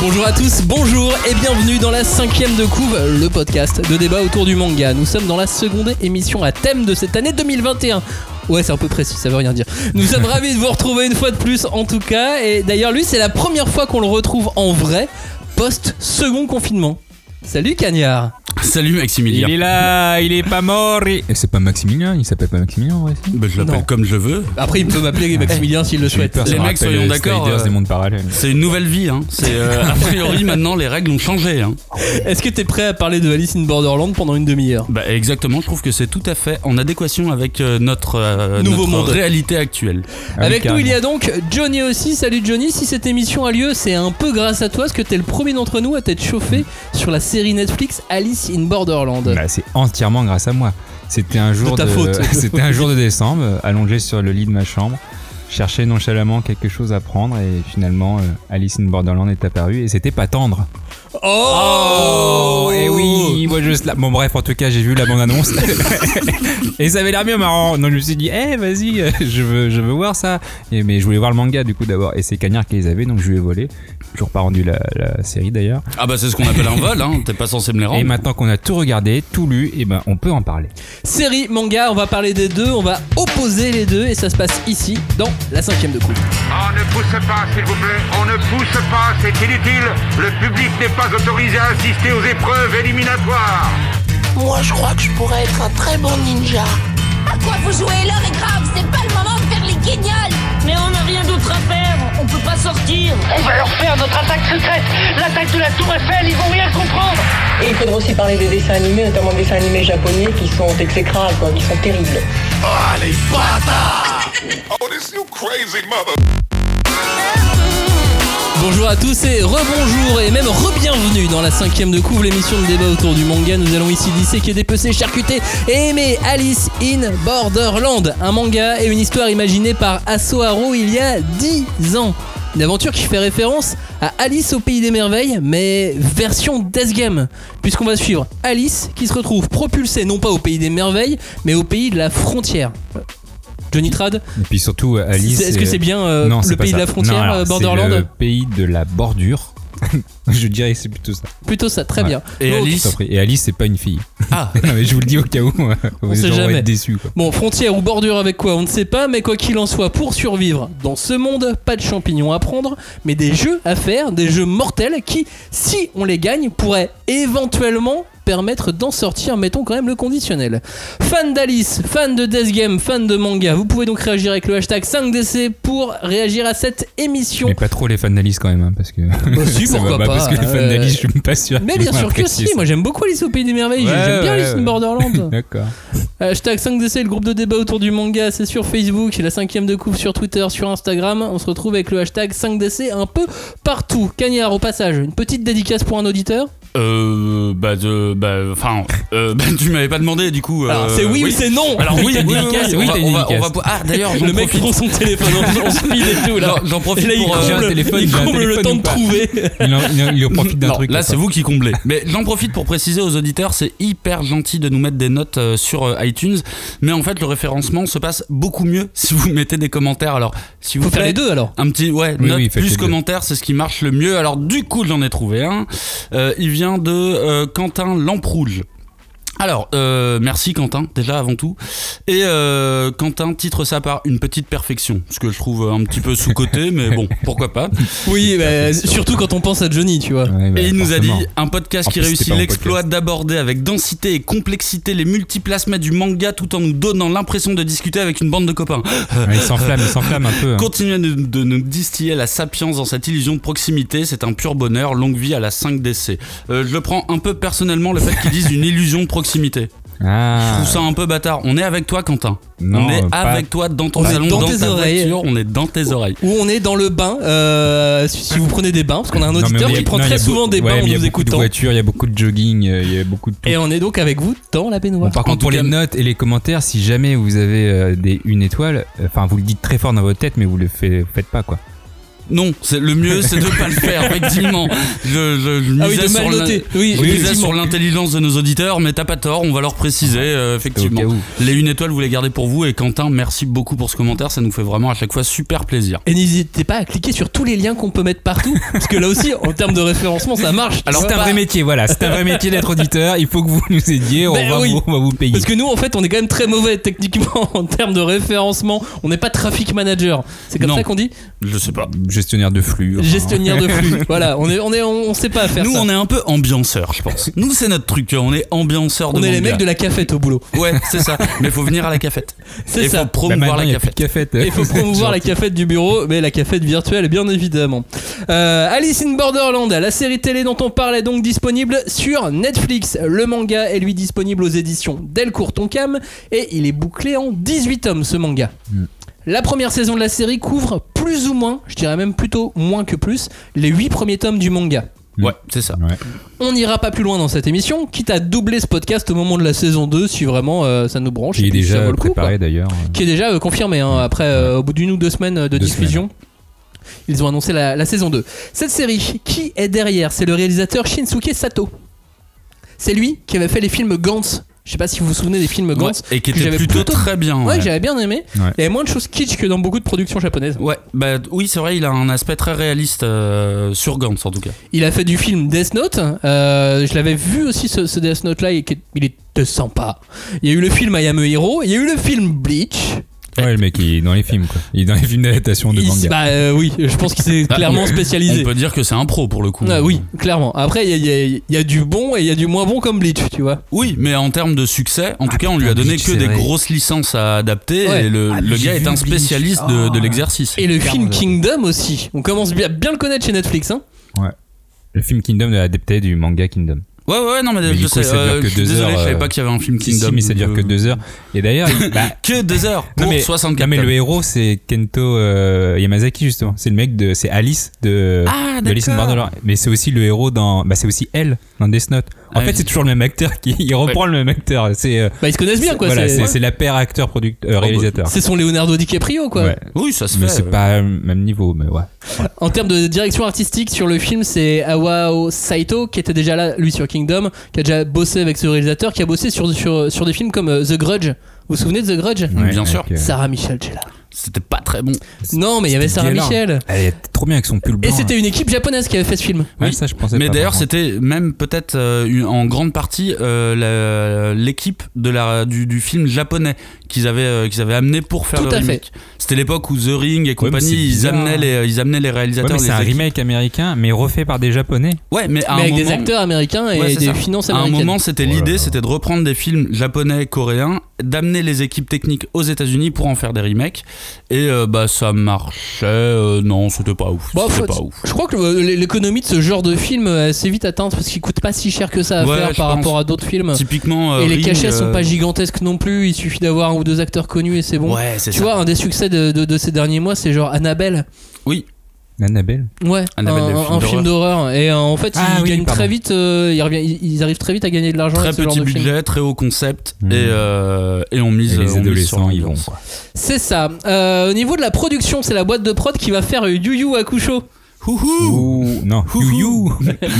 Bonjour à tous, bonjour et bienvenue dans la cinquième de couve, le podcast de débat autour du manga. Nous sommes dans la seconde émission à thème de cette année 2021. Ouais, c'est un peu précis, ça veut rien dire. Nous sommes ravis de vous retrouver une fois de plus, en tout cas. Et d'ailleurs, lui, c'est la première fois qu'on le retrouve en vrai, post-second confinement. Salut Cagnard Salut Maximilien. Il est là, il est pas mort. Et, et c'est pas Maximilien, il s'appelle pas Maximilien en vrai. si Ben, je Non. l'appelle comme je veux. Après, il peut m'appeler Maximilien s'il le J'ai eu souhaite. peur, ça Les me mecs, rappelle soyons les d'accord, Sliders euh, des mondes parallèles. C'est une nouvelle vie. Hein. C'est euh, a priori maintenant les règles ont changé. Hein. Est-ce que t'es prêt à parler de Alice in Borderland pendant une demi-heure Bah, exactement. Je trouve que c'est tout à fait en adéquation avec euh, notre, euh, Nouveau notre monde. réalité actuelle. Ah oui, Avec nous, il y carrément. a donc Johnny aussi. Salut Johnny, si cette émission a lieu, c'est un peu grâce à toi, parce que t'es le premier d'entre nous à t'être chauffé sur la série Netflix Alice in Borderland. Bah, c'est entièrement grâce à moi. C'était un jour De ta faute. c'était un jour de décembre, allongé sur le lit de ma chambre, cherchais nonchalamment quelque chose à prendre et finalement euh, Alice in Borderland est apparue et c'était pas tendre. Oh, et eh oui, moi je sla- bon bref en tout cas j'ai vu la bande annonce et ça avait l'air bien marrant. Donc je me suis dit eh vas-y euh, je veux je veux voir ça. Et, mais je voulais voir le manga du coup d'abord et c'est Cagnard qui les avait donc je lui ai volé. Toujours pas rendu la- la série d'ailleurs. Ah bah c'est ce qu'on appelle un vol. Hein. T'es pas censé Oh. me les rendre. Et maintenant qu'on a tout regardé, tout lu, et ben on peut en parler. Série, manga, on va parler des deux, on va opposer les deux, et ça se passe ici, dans la cinquième de coupe. On Ah, ne pousse pas, s'il vous plaît. On ne pousse pas, c'est inutile. Le public n'est pas autorisé à assister aux épreuves éliminatoires. Moi, je crois que je pourrais être un très bon ninja. À quoi vous jouez L'heure est grave, c'est pas le moment de faire les guignols Mais on n'a rien d'autre à faire, on peut pas sortir On va leur faire notre attaque secrète, l'attaque de la Tour Eiffel, ils vont rien comprendre. Et il faudra aussi parler des dessins animés, notamment des dessins animés japonais qui sont exécrables, quoi, qui sont terribles. Bonjour à tous et rebonjour et même re-bienvenue dans la cinquième de couvre, l'émission de débat autour du manga. Nous allons ici disséquer, dépecer, charcuter et aimer Alice in Borderland, un manga et une histoire imaginée par Asso Haro il y a 10 ans. Une aventure qui fait référence à Alice au pays des merveilles, mais version Death Game, puisqu'on va suivre Alice qui se retrouve propulsée non pas au pays des merveilles, mais au pays de la frontière. Euh, Johnny Trad, Et puis surtout, euh, Alice. est-ce que c'est bien euh, le Non, c'est pas pays de ça. la frontière, Non, alors, euh, c'est Borderland Le pays de la bordure. je dirais que c'est plutôt ça. Plutôt ça, très Ouais. bien. Et Donc, Je t'en Alice. prie. Et Alice, c'est pas une fille. Ah. non, mais je vous le dis au cas où. euh, sait Vous gens vont jamais. être déçus. quoi. Bon, frontière ou bordure avec quoi, on ne sait pas, mais quoi qu'il en soit, pour survivre dans ce monde, pas de champignons à prendre, mais des jeux à faire, des jeux mortels qui, si on les gagne, pourraient éventuellement permettre d'en sortir, mettons quand même le conditionnel. Fan d'Alice, fan de Death Game, fan de manga, vous pouvez donc réagir avec le hashtag 5DC pour réagir à cette émission. Mais pas trop les fans d'Alice quand même, hein, parce que. Bah si, ça va pourquoi pas, Parce que les fans euh, d'Alice, je suis pas sûr. Mais qu'ils bien vont sûr que si, apprécier ça. moi j'aime beaucoup Alice au Pays des Merveilles, Ouais, j'aime bien ouais, Alice in ouais. Borderland. D'accord. Euh, Hashtag 5DC, le groupe de débat autour du manga, c'est sur Facebook, la cinquième de coupe sur Twitter, sur Instagram. On se retrouve avec le hashtag 5DC un peu partout. Cagnard, au passage, une petite dédicace pour un auditeur. Euh, bah de bah enfin euh, bah, tu m'avais pas demandé du coup. euh, Alors, c'est oui, ou c'est non Alors oui, oui, T'as une oui, dédicace, oui, oui, on t'as va- une on va- on va- dédicace. Ah d'ailleurs, j'en Le mec profite. prend son téléphone en en speed et tout là. J'en- J'en profite Et là, il pour. euh, comble, j'ai un téléphone, il j'ai un comble le téléphone temps ou de pas trouver. Il, en, il en- il en profite d'un Non, truc. Là, quoi. c'est vous qui comblez. Mais j'en profite pour préciser aux auditeurs, c'est hyper gentil de nous mettre des notes euh, sur euh, iTunes, mais en fait, le référencement se passe beaucoup mieux si vous mettez des commentaires. Alors, si Faut vous faire les deux alors. Un petit ouais, Oui, note oui, faites les plus deux. commentaire, c'est ce qui marche le mieux. Alors du coup, j'en ai trouvé un. Euh, il vient de euh, Quentin Lamprouge. Alors, euh, merci Quentin, déjà avant tout. Et euh, Quentin titre ça par une petite perfection, ce que je trouve un petit peu sous-côté, mais bon, pourquoi pas. Oui, bah, surtout quand on pense à Johnny, tu vois. Ouais, bah, Et il nous a dit forcément. un podcast En qui plus, c'était réussit pas un l'exploit d'aborder avec densité et complexité les multiples aspects du manga tout en nous donnant l'impression de discuter avec une bande de copains. Ouais, Ah, il s'enflamme, il s'enflamme un peu. hein. Continuez de, de nous distiller la sapience dans cette illusion de proximité, c'est un pur bonheur, longue vie à la 5DC. Euh, je le prends un peu personnellement le fait qu'ils disent une illusion de proximité. Je Ah. trouve ça un peu bâtard. On est avec toi Quentin. Non, on est pas- avec toi dans ton On est salon, dans dans, tes ta oreilles. voiture, on est dans tes oreilles. Où on est dans le bain, euh, si si vous prenez des bains, parce qu'on a un Non, mais auditeur oui, qui non, prend il y a très beau- souvent des ouais, bains mais en Il y a nous beaucoup de écoutant. voitures, il y a beaucoup de jogging, euh, il y a beaucoup de tout. Et on est donc avec vous dans la Bon, baignoire. par En contre, tout pour cas- les notes et les commentaires, si jamais vous avez euh, des une étoile, euh, enfin vous le dites très fort dans votre tête, mais vous le fait- faites pas quoi. Non, c'est le mieux, c'est de pas le faire, effectivement. Je, je, je Ah oui, misais de mal sur l'in- noter. Oui, je misais effectivement. sur l'intelligence de nos auditeurs, mais t'as pas tort, on va leur préciser, euh, effectivement. Au cas où. Les une étoile, vous les gardez pour vous. Et Quentin, merci beaucoup pour ce commentaire, ça nous fait vraiment à chaque fois super plaisir. Et n'hésitez pas à cliquer sur tous les liens qu'on peut mettre partout, parce que là aussi, en termes de référencement, ça marche. Alors, c'est un Pas- vrai métier, voilà. C'est un vrai métier d'être auditeur. Il faut que vous nous aidiez. On, Ben va, oui. vous, on va vous payer. Parce que nous, en fait, on est quand même très mauvais techniquement en termes de référencement. On n'est pas traffic manager. C'est comme Non. ça qu'on dit Je sais pas. Gestionnaire de flux. enfin. Gestionnaire de flux. voilà, on est, on est, on sait pas faire Nous, ça. on est un peu ambianceurs, je pense. Nous, c'est notre truc, on est ambianceurs de On est les manga. mecs de la cafette au boulot. Ouais, c'est ça. Mais faut venir à la cafette. C'est Et ça. faut Bah, promouvoir maintenant, il la y a plus de cafette. cafette. Il faut promouvoir la cafette du bureau, mais la cafette virtuelle, bien évidemment. Euh, Alice in Borderland, la série télé dont on parle est donc disponible sur Netflix. Le manga est lui disponible aux éditions Delcourt Tonkam et il est bouclé en 18 tomes ce manga. Mm. La première saison de la série couvre plus ou moins, je dirais même plutôt moins que plus, les 8 premiers tomes du manga. Ouais, c'est ça. Ouais. On n'ira pas plus loin dans cette émission, quitte à doubler ce podcast au moment de la saison 2 si vraiment euh, ça nous branche. Qui et est puis ça vaut déjà le coup, quoi préparé d'ailleurs. qui est déjà euh, confirmé hein, après euh, au bout d'une ou deux semaines euh, de Deux diffusion. Ils ont annoncé la, la saison 2. Cette série, qui est derrière C'est le réalisateur Shinsuke Sato. C'est lui qui avait fait les films Gantz. Je sais pas si vous vous souvenez des films Gantz. Ouais, et qui que était j'avais plutôt, très bien. Ouais, ouais. que j'avais bien aimé. Ouais. Il y avait moins de choses kitsch que dans beaucoup de productions japonaises. Ouais, bah oui, c'est vrai, il a un aspect très réaliste euh, sur Gantz en tout cas. Il a fait du film Death Note. Euh, je l'avais vu aussi ce, ce Death Note là. Il, est- il était sympa. Il y a eu le film I Am a Hero. Il y a eu le film Bleach. Ouais, le mec, il est dans les films, quoi. Il est dans les films d'adaptation de Il s- manga. Bah, bah euh, oui, je pense qu'il s'est Ah, clairement on- spécialisé. On peut dire que c'est un pro pour le coup. Ah oui, clairement. Après, il y, a- il y a- il y a du bon et il y a du moins bon comme Bleach, tu vois. Oui, mais en termes de succès, en tout cas, on lui a putain, donné Bleach, que c'est des vrai. grosses licences à adapter Ouais. et le, Ah, le mais gars j'ai est vu un Bleach. spécialiste de, de Ah. l'exercice. Et le film Clairement, j'avoue. Kingdom aussi. On commence bien, bien le connaître chez Netflix. Hein. Le film Kingdom est adapté du manga Kingdom. Ouais, ouais, non, mais, je Mais du coup, sais, ça dure euh, que je suis deux désolé, heures, je savais euh, pas qu'il y avait un film Si, Kingdom. si, mais ça dure que deux heures. Et d'ailleurs, il- bah, Que deux heures Non, pour mais- 64 non, mais tomes. le héros c'est Kento euh, Yamazaki justement. C'est le mec de c'est Alice de, Ah, de Alice in d'accord. Borderland. Mais c'est aussi le héros dans bah c'est aussi elle dans Death Note. Ah En fait oui. c'est toujours le même acteur qui il reprend le même acteur. C'est euh, Bah, ils se connaissent bien, quoi. voilà c'est- Oh, bah, c'est c'est la paire acteur producteur réalisateur. c'est son Leonardo DiCaprio, quoi. Ouais. Oui, ça se Mais fait. c'est euh. pas le même niveau mais ouais. En termes de direction artistique sur le film, c'est Awao Saito qui était déjà là, lui, sur Kingdom, qui a déjà bossé avec ce réalisateur, qui a bossé sur, sur, sur des films comme euh, The Grudge. Vous vous souvenez de The Grudge Ouais, bien sûr. avec, euh, Sarah Michel, j'ai là. C'était pas très bon. Non, mais il y avait c'était Sarah Gellar. Michel. Elle est trop bien avec son pull blanc. hein. Et c'était une équipe japonaise qui avait fait ce film. Ouais, Oui. ça je pensais Mais pas, d'ailleurs, par contre. c'était même peut-être euh, une- en grande partie euh, la- l'équipe de la du, du film japonais qu'ils avaient euh, qu'ils avaient amené pour faire Tout le à fait. remake. C'était l'époque où The Ring et compagnie, c'est ils bizarre. hein. amenaient les ils amenaient les Ouais, réalisateurs mais c'est les un équipes. remake américain mais refait par des japonais. Ouais, mais à mais un avec des moment- acteurs américains et Ouais, c'est des ça. finances À un américaines. moment, c'était Oh là l'idée, là. c'était de reprendre des films japonais, coréens, d'amener les équipes techniques aux États-Unis pour en faire des remakes. Et euh, bah ça marchait. euh, non, c'était pas ouf. Bah, en c'était fait, pas ouf. Je crois que euh, l- l'économie de ce genre de film euh, s'est vite atteinte parce qu'il coûte pas si cher que ça à Ouais, faire je par pense. rapport à d'autres films. Typiquement. euh, et les Ring, cachets sont euh, pas gigantesques non plus, il suffit d'avoir un ou deux acteurs connus et c'est bon. Ouais, c'est tu ça. vois, un des succès de, de- de ces derniers mois, c'est genre Annabelle. oui. Annabelle. Ouais, Annabelle, un, le un- film un film d'horreur. Et euh, en fait, Ah ils oui, gagnent pardon. très vite, euh, ils, reviennent- ils- ils arrivent très vite à gagner de l'argent Très avec ce genre petit de film. budget, très haut concept, Mmh. et, euh, et on mise. Et on mise les sur adolescents ils vont l'ambiance. quoi. C'est ça. Euh, au niveau de la production, c'est la boîte de prod qui va faire euh, Yu Yu Hakusho. Houhou Ouh, non. Ouh. You, you.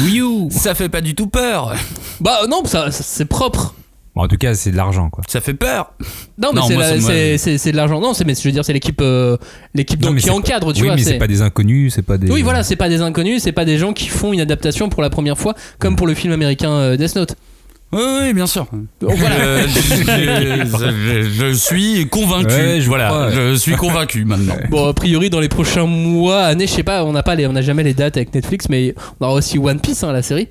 Youhou Ça fait pas du tout peur Bah non, ça, ça- c'est propre. Bon, en tout cas c'est de l'argent quoi. Ça fait peur Non, mais Non, c'est moi, la- c'est- c'est c'est- c'est de l'argent. Non, c'est mais je veux dire, c'est l'équipe euh, l'équipe Non, donc mais qui c'est encadre, tu oui, vois. mais c'est c'est- pas des inconnus, c'est pas des. Oui, voilà, c'est pas des inconnus, c'est pas des gens qui font une adaptation pour la première fois, comme pour le film américain euh, Death Note. Oui, oui, bien sûr. voilà. Euh, je, je- je suis convaincu. Ouais, je voilà, crois, ouais. je suis convaincu maintenant. Bon, a priori, dans les prochains mois, années, je sais pas, on n'a pas les, on n'a jamais les dates avec Netflix, mais on aura aussi One Piece, hein, la série.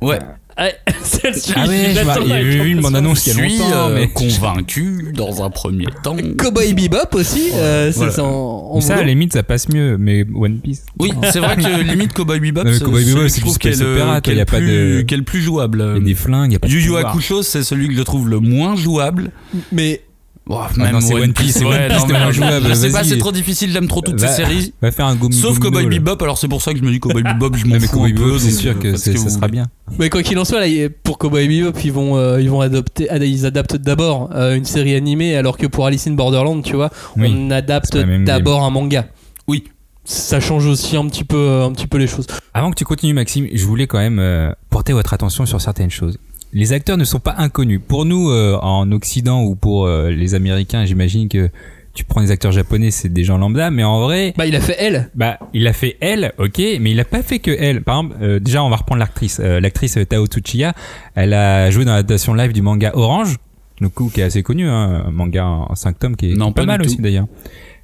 Ouais. Ouais, c'est le sujet, Ah ouais, je j'attends vois, il y la avait vu une réponse. bande-annonce Je Euh, il y a suis longtemps, euh, mais convaincu dans un premier temps. Cowboy Bebop aussi, euh, c'est c'est en, en ça, à boulot. la limite, ça passe mieux, mais One Piece. Oui, c'est vrai que limite Cowboy Bebop, Non, mais Cowboy celui Bebop, que je c'est du trouve space qu'elle, euh, opéra, quoi, qu'elle y a pas plus- de- qu'elle plus jouable. Il y a des flingues, il y a pas de Euh, Yu Yu pouvoir. Hakusho, c'est celui que je trouve le moins jouable. Mais Oh, Ah, non, c'est One Piece, c'est One Piece, non, t'es mais moins je- jouable, Je sais pas, vas-y. Bah, c'est trop difficile, j'aime trop toutes Va- ces séries. Va faire un gomi Sauf Gomi Cowboy Doll. Bebop, alors c'est pour ça que je me dis Cowboy Bebop, je m'en Non, mais fous Cowboy un peu, Bebop, c'est donc, sûr que faites ce c'est- vous ça sera voulez. bien. Mais quoi qu'il en soit, là, y- pour Cowboy Bebop, ils vont, euh, ils vont adopter, ad- ils adaptent d'abord euh, une série animée, alors que pour Alice in Borderland, tu vois, Oui, on adapte c'est pas la même d'abord un manga. Oui. ça change aussi un petit peu, euh, un petit peu les choses. Avant que tu continues, Maxime, je voulais quand même euh, porter votre attention sur certaines choses. Les acteurs ne sont pas inconnus. Pour nous, euh, en Occident ou pour euh, les Américains, j'imagine que tu prends des acteurs japonais, c'est des gens lambda, mais en vrai, Bah, il a fait elle. bah, il a fait elle, ok, mais il a pas fait que elle. Par exemple, euh, déjà, on va reprendre l'actrice. Euh, l'actrice euh, Tao Tsuchiya, elle a joué dans l'adaptation live du manga Orange, donc coup, qui est assez connu, hein, un manga en 5 tomes qui est Non, qui est pas, pas du mal tout. aussi d'ailleurs.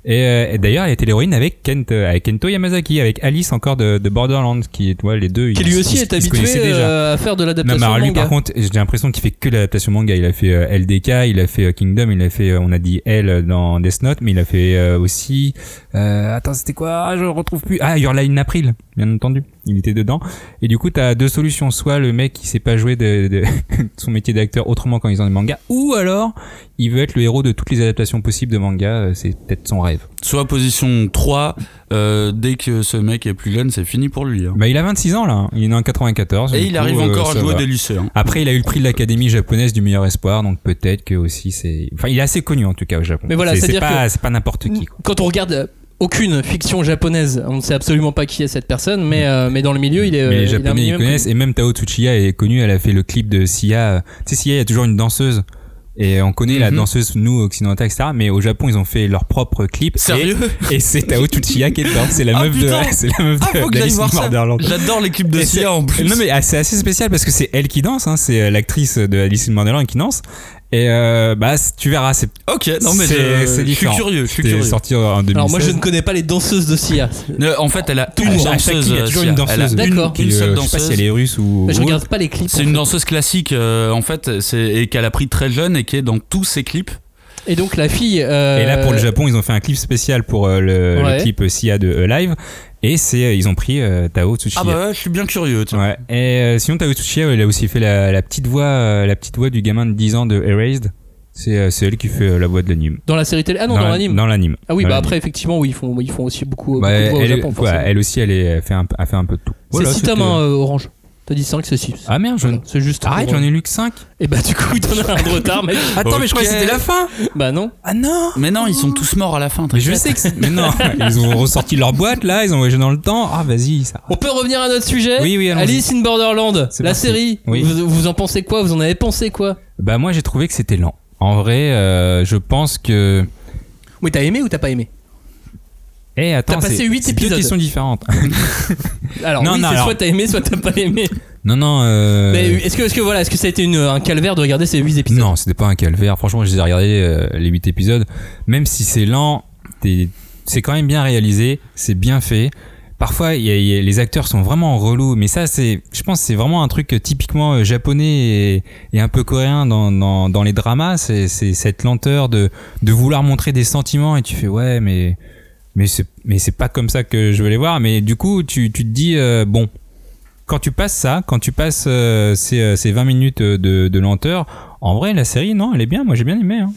Et, euh, et d'ailleurs, elle était l'héroïne avec, Kent, euh, avec Kento Yamazaki, avec Alice encore de, de Borderlands, qui est, tu vois, les deux. Qui ils- lui aussi ils- est ils se habitué connaissaient déjà. euh, à faire de Non, l'adaptation mais alors lui, manga. par contre, j'ai l'impression qu'il fait que l'adaptation manga. Il a fait euh, LDK, il a fait euh, Kingdom, il a fait, euh, on a dit L dans Death Note, mais il a fait euh, aussi. euh, attends, c'était quoi Ah, Je le retrouve plus. Ah, Your Line April, bien entendu. Il était dedans. Et du coup, t'as deux solutions. Soit le mec qui sait pas jouer de, de- de son métier d'acteur autrement quand ils ont des mangas, ou alors il veut être le héros de toutes les adaptations possibles de manga. Euh, C'est peut-être son rêve. Soit position 3, euh, dès que ce mec est plus jeune, c'est fini pour lui. hein. Bah, il a 26 ans là. hein. Il est né en 94. Et Du il coup, arrive euh, encore ça à jouer va. des lycéens. Après, il a eu le prix de l'Académie japonaise du meilleur espoir, donc peut-être que aussi c'est. Enfin, il est assez connu en tout cas au Japon. Mais voilà, c'est c'est c'est-à-dire pas, c'est pas n'importe qui. quoi. Quand on regarde euh, aucune fiction japonaise, on ne sait absolument pas qui est cette personne, mais, euh, mais dans le milieu, il est. euh, Mais les il est un Japonais ils minimum connaissent, et même Tao Tsuchiya est connue, elle a fait le clip de Sia. Tu sais, Sia, il y a toujours une danseuse. Et on connaît la Mhm. danseuse, nous, occidentaux, etc. Mais au Japon, ils ont fait leur propre clip. et- Sérieux Et, c'est Tao Tsuchiya qui est dedans. C'est la Ah, meuf putain. de. C'est la meuf Ah, de. faut que j'aille d'Alice in voir ça. Borderland. J'adore l'équipe de Et c'est- Sia en plus. Non mais ah, c'est assez spécial parce que c'est elle qui danse, hein, c'est euh, l'actrice de Alice in Borderland qui danse. Et euh, bah c- tu verras, c'est Ok, non mais C'est- je, c'est je suis différent. curieux, je suis C'était curieux. sorti en 2016. Alors moi je ne connais pas les danseuses de Sia. Euh, En fait, elle a À une chaque- à chaque danseuse. clip, il y a toujours Sia. une Elle a danseuse. D'accord. Qui, Une seule euh, Je sais pas si danseuse. elle est russe ou. Mais je ou regarde pas les clips. C'est une danseuse classique euh, en fait, c'est et qu'elle a pris très jeune et qui est dans tous ses clips. Et donc la fille. euh, Et là, pour le Japon, ils ont fait un clip spécial pour euh, le, Ouais. le clip Sia de euh, Live. Et c'est, euh, ils ont pris euh, Tao Tsuchiya. Ah bah ouais, je suis bien curieux. tiens. Ouais. Et euh, sinon, Tao Tsuchiya, elle a aussi fait la, la petite voix, euh, la petite voix du gamin de 10 ans de Erased. C'est euh, c'est elle qui fait euh, la voix de l'anime. Dans la série télé. Ah non, dans, la- l'anime. Dans l'anime. Ah oui, Dans bah l'anime. après, effectivement, oui, ils font, ils font aussi beaucoup, Bah, beaucoup de voix elle, au Japon. ouais, forcément. elle aussi, elle, est, elle fait un, a fait un peu de tout. Voilà, c'est 6 c'était- tomes hein, euh, Orange. T'as dit 5, c'est 6. Ah merde, je... C'est juste. arrête, j'en ai lu que 5. Et bah, du coup, t'en as un de retard, mec. Attends, mais je croyais que c'était la fin. Bah, non. Ah non. Mais non, ils sont tous morts à la fin. Mais je t'inquiète. sais que c'est- Mais non, ils ont ressorti leur boîte là, ils ont voyagé dans le temps. Ah vas-y, ça. On peut revenir à notre sujet. Oui, oui, allons-y. Alice in Borderland, C'est la parti. série. Oui. Vous, vous en pensez quoi Vous en avez pensé quoi Bah moi j'ai trouvé que c'était lent. En vrai, euh, je pense que. Oui, t'as aimé ou t'as pas aimé Eh attends, T'as passé c'est- huit c'est épisodes. Deux questions différentes. Alors, Non, oui, non, c'est alors- soit t'as aimé, soit t'as pas aimé. non non. euh, Mais est-ce que, est-ce que voilà, est-ce que ça a été une- un calvaire de regarder ces 8 épisodes non, c'était pas un calvaire. Franchement, je les ai regardés euh, les huit épisodes. Même si c'est lent, t'es- c'est quand même bien réalisé, c'est bien fait. Parfois, il y a- il y a- les acteurs sont vraiment relous, mais ça, c'est, je pense, que c'est vraiment un truc typiquement euh, japonais et, et un peu coréen dans, dans, dans les dramas. C'est c'est cette lenteur de, de vouloir montrer des sentiments et tu fais ouais, mais mais c'est mais c'est pas comme ça que je veux les voir mais du coup tu, tu te dis euh, bon quand tu passes ça quand tu passes euh, ces, euh, ces 20 minutes euh, de, de lenteur en vrai la série non elle est bien moi j'ai bien aimé hein.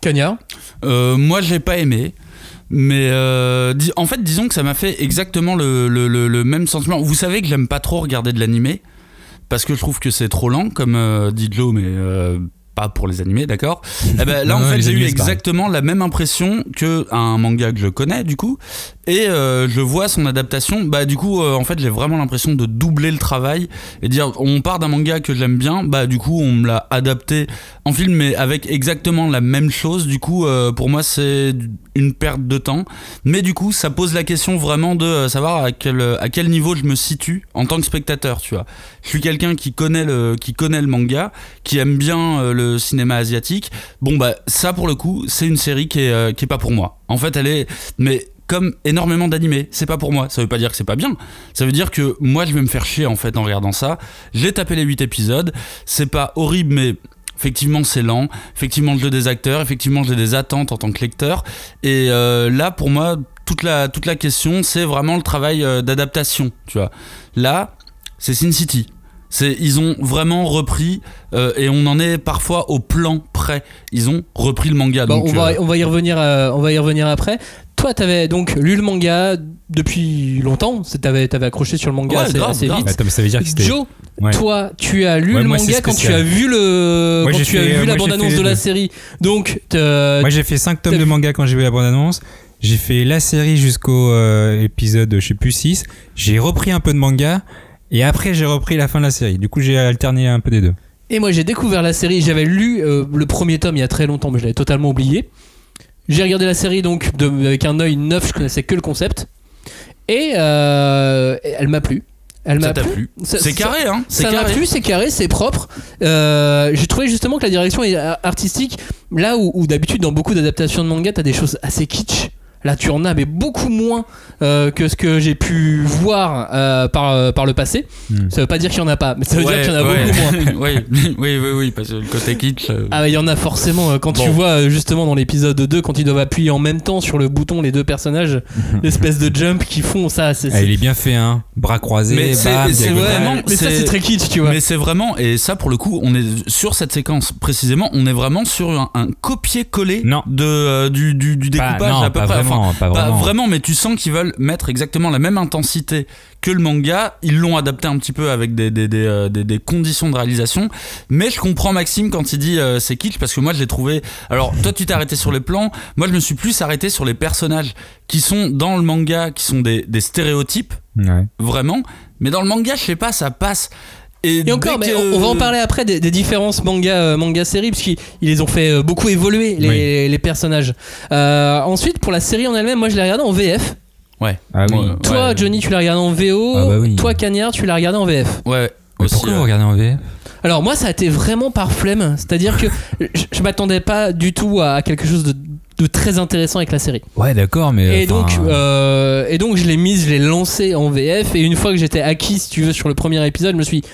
Cagnard Euh, moi, j'ai pas aimé. Mais euh, dis- en fait, disons que ça m'a fait exactement le, le- le- le même sentiment. Vous savez que j'aime pas trop regarder de l'animé parce que je trouve que c'est trop lent, comme euh, dit Joe, mais euh, pas pour les animés, d'accord Eh ben, Là, Non, en non, fait, les j'ai eu animés, c'est pareil. exactement la même impression que un manga que je connais, du coup, et euh, je vois son adaptation. Bah, du coup, euh, en fait, j'ai vraiment l'impression de doubler le travail et dire on part d'un manga que j'aime bien, bah, du coup, on me l'a adapté en film, mais avec exactement la même chose. Du coup, euh, pour moi, c'est une perte de temps. Mais du coup, ça pose la question vraiment de euh, savoir à quel, à quel niveau je me situe en tant que spectateur, tu vois. Je suis quelqu'un qui connaît le, qui connaît le manga, qui aime bien euh, le cinéma asiatique. Bon, bah, ça, pour le coup, c'est une série qui est, euh, qui est pas pour moi. En fait, elle est, mais comme énormément d'animés, c'est pas pour moi. Ça veut pas dire que c'est pas bien. Ça veut dire que moi, je vais me faire chier, en fait, en regardant ça. J'ai tapé les 8 épisodes. C'est pas horrible, mais effectivement, c'est lent. Effectivement, le jeu des acteurs. Effectivement, j'ai des attentes en tant que lecteur. Et euh, là, pour moi, toute la, toute la question, c'est vraiment le travail euh, d'adaptation, tu vois. Là, c'est Sin City. C'est, ils ont vraiment repris, euh, et on en est parfois au plan près. Ils ont repris le manga. Bon, donc, Bah, on, va, euh, on, va y revenir, euh, on va y revenir après. Toi, t'avais donc lu le manga depuis longtemps. c'est- T'avais avais accroché sur le manga Ouais, assez, grave, assez grave. vite. Attends, mais ça veut dire que c'était Joe, Ouais. toi, tu as lu Ouais, le moi, manga c'est quand tu spécial. as vu le Moi, quand j'ai tu as fait- vu moi, la j'ai bande annonce fait les de la deux. euh, série. Donc, t'as- moi j'ai fait 5 tomes de manga quand j'ai vu la bande annonce J'ai fait la série jusqu'au euh, épisode, je sais plus 6. J'ai repris un peu de manga. Et après, j'ai repris la fin de la série. Du coup, j'ai alterné un peu des deux. Et moi j'ai découvert la série, j'avais lu euh, le premier tome il y a très longtemps mais je l'avais totalement oublié. J'ai regardé la série donc de- avec un œil neuf, je connaissais que le concept. Et euh, elle m'a plu. Elle Ça m'a t'a plu. plu. Ça- C'est ça- carré, hein C'est Ça m'a carré. plu, c'est carré, c'est propre. Euh, J'ai trouvé justement que la direction est a- artistique, là où, où d'habitude dans beaucoup d'adaptations de manga, t'as des choses assez kitsch. Là, tu en as, mais beaucoup moins euh, que ce que j'ai pu voir euh, par, euh, par le passé. Hmm. Ça veut pas dire qu'il y en a pas, mais ça veut Ouais, dire qu'il y en a ouais. beaucoup moins. oui, oui, oui, oui, parce que le côté kitsch. euh, Ah, bah, il y en a forcément. euh, Quand tu Bon. vois, euh, justement, dans l'épisode 2, quand ils doivent appuyer en même temps sur le bouton, les deux personnages, l'espèce de jump qu'ils font, ça, c'est. Ah, c'est- il est bien fait, hein. Bras croisés, Mais c'est- bam, c'est diagonale. vraiment- mais ça, c'est- c'est très kitsch, tu vois. Mais c'est vraiment, et ça pour le coup, on est sur cette séquence précisément, on est vraiment sur un, un copier-coller Non. de, euh, du, du, du Pas- découpage non, à peu pas près. Vraiment, Enfin, pas vraiment. pas vraiment, mais tu sens qu'ils veulent mettre exactement la même intensité que le manga. Ils l'ont adapté un petit peu avec des, des, des, euh, des- des conditions de réalisation. Mais je comprends Maxime quand il dit euh, c'est kitsch parce que moi je l'ai trouvé. Alors toi tu t'es arrêté sur les plans, moi je me suis plus arrêté sur les personnages qui sont dans le manga, qui sont des, des stéréotypes Ouais. vraiment. Mais dans le manga, je sais pas, ça passe. Et dès encore, mais que- on, on va en parler après des, des différences manga, euh, manga série, parce qu'ils ils les ont fait euh, beaucoup évoluer, les, les personnages. Euh, ensuite, pour la série en elle-même, moi je l'ai regardée en VF. Ouais. Ah oui. Ouais, Toi, ouais. Johnny, tu l'as regardée en VO. Ah bah oui. Toi, Cagnard, tu l'as regardée en VF. Ouais. Mais Aussi, pourquoi euh, vous regardez en VF Alors, moi, ça a été vraiment par flemme. C'est-à-dire que je, je m'attendais pas du tout à, à quelque chose de, de très intéressant avec la série. Ouais, d'accord, mais. Et enfin, donc, euh, et donc, je l'ai mise, je l'ai lancée en VF. Et une fois que j'étais acquis, si tu veux, sur le premier épisode, je me suis dit,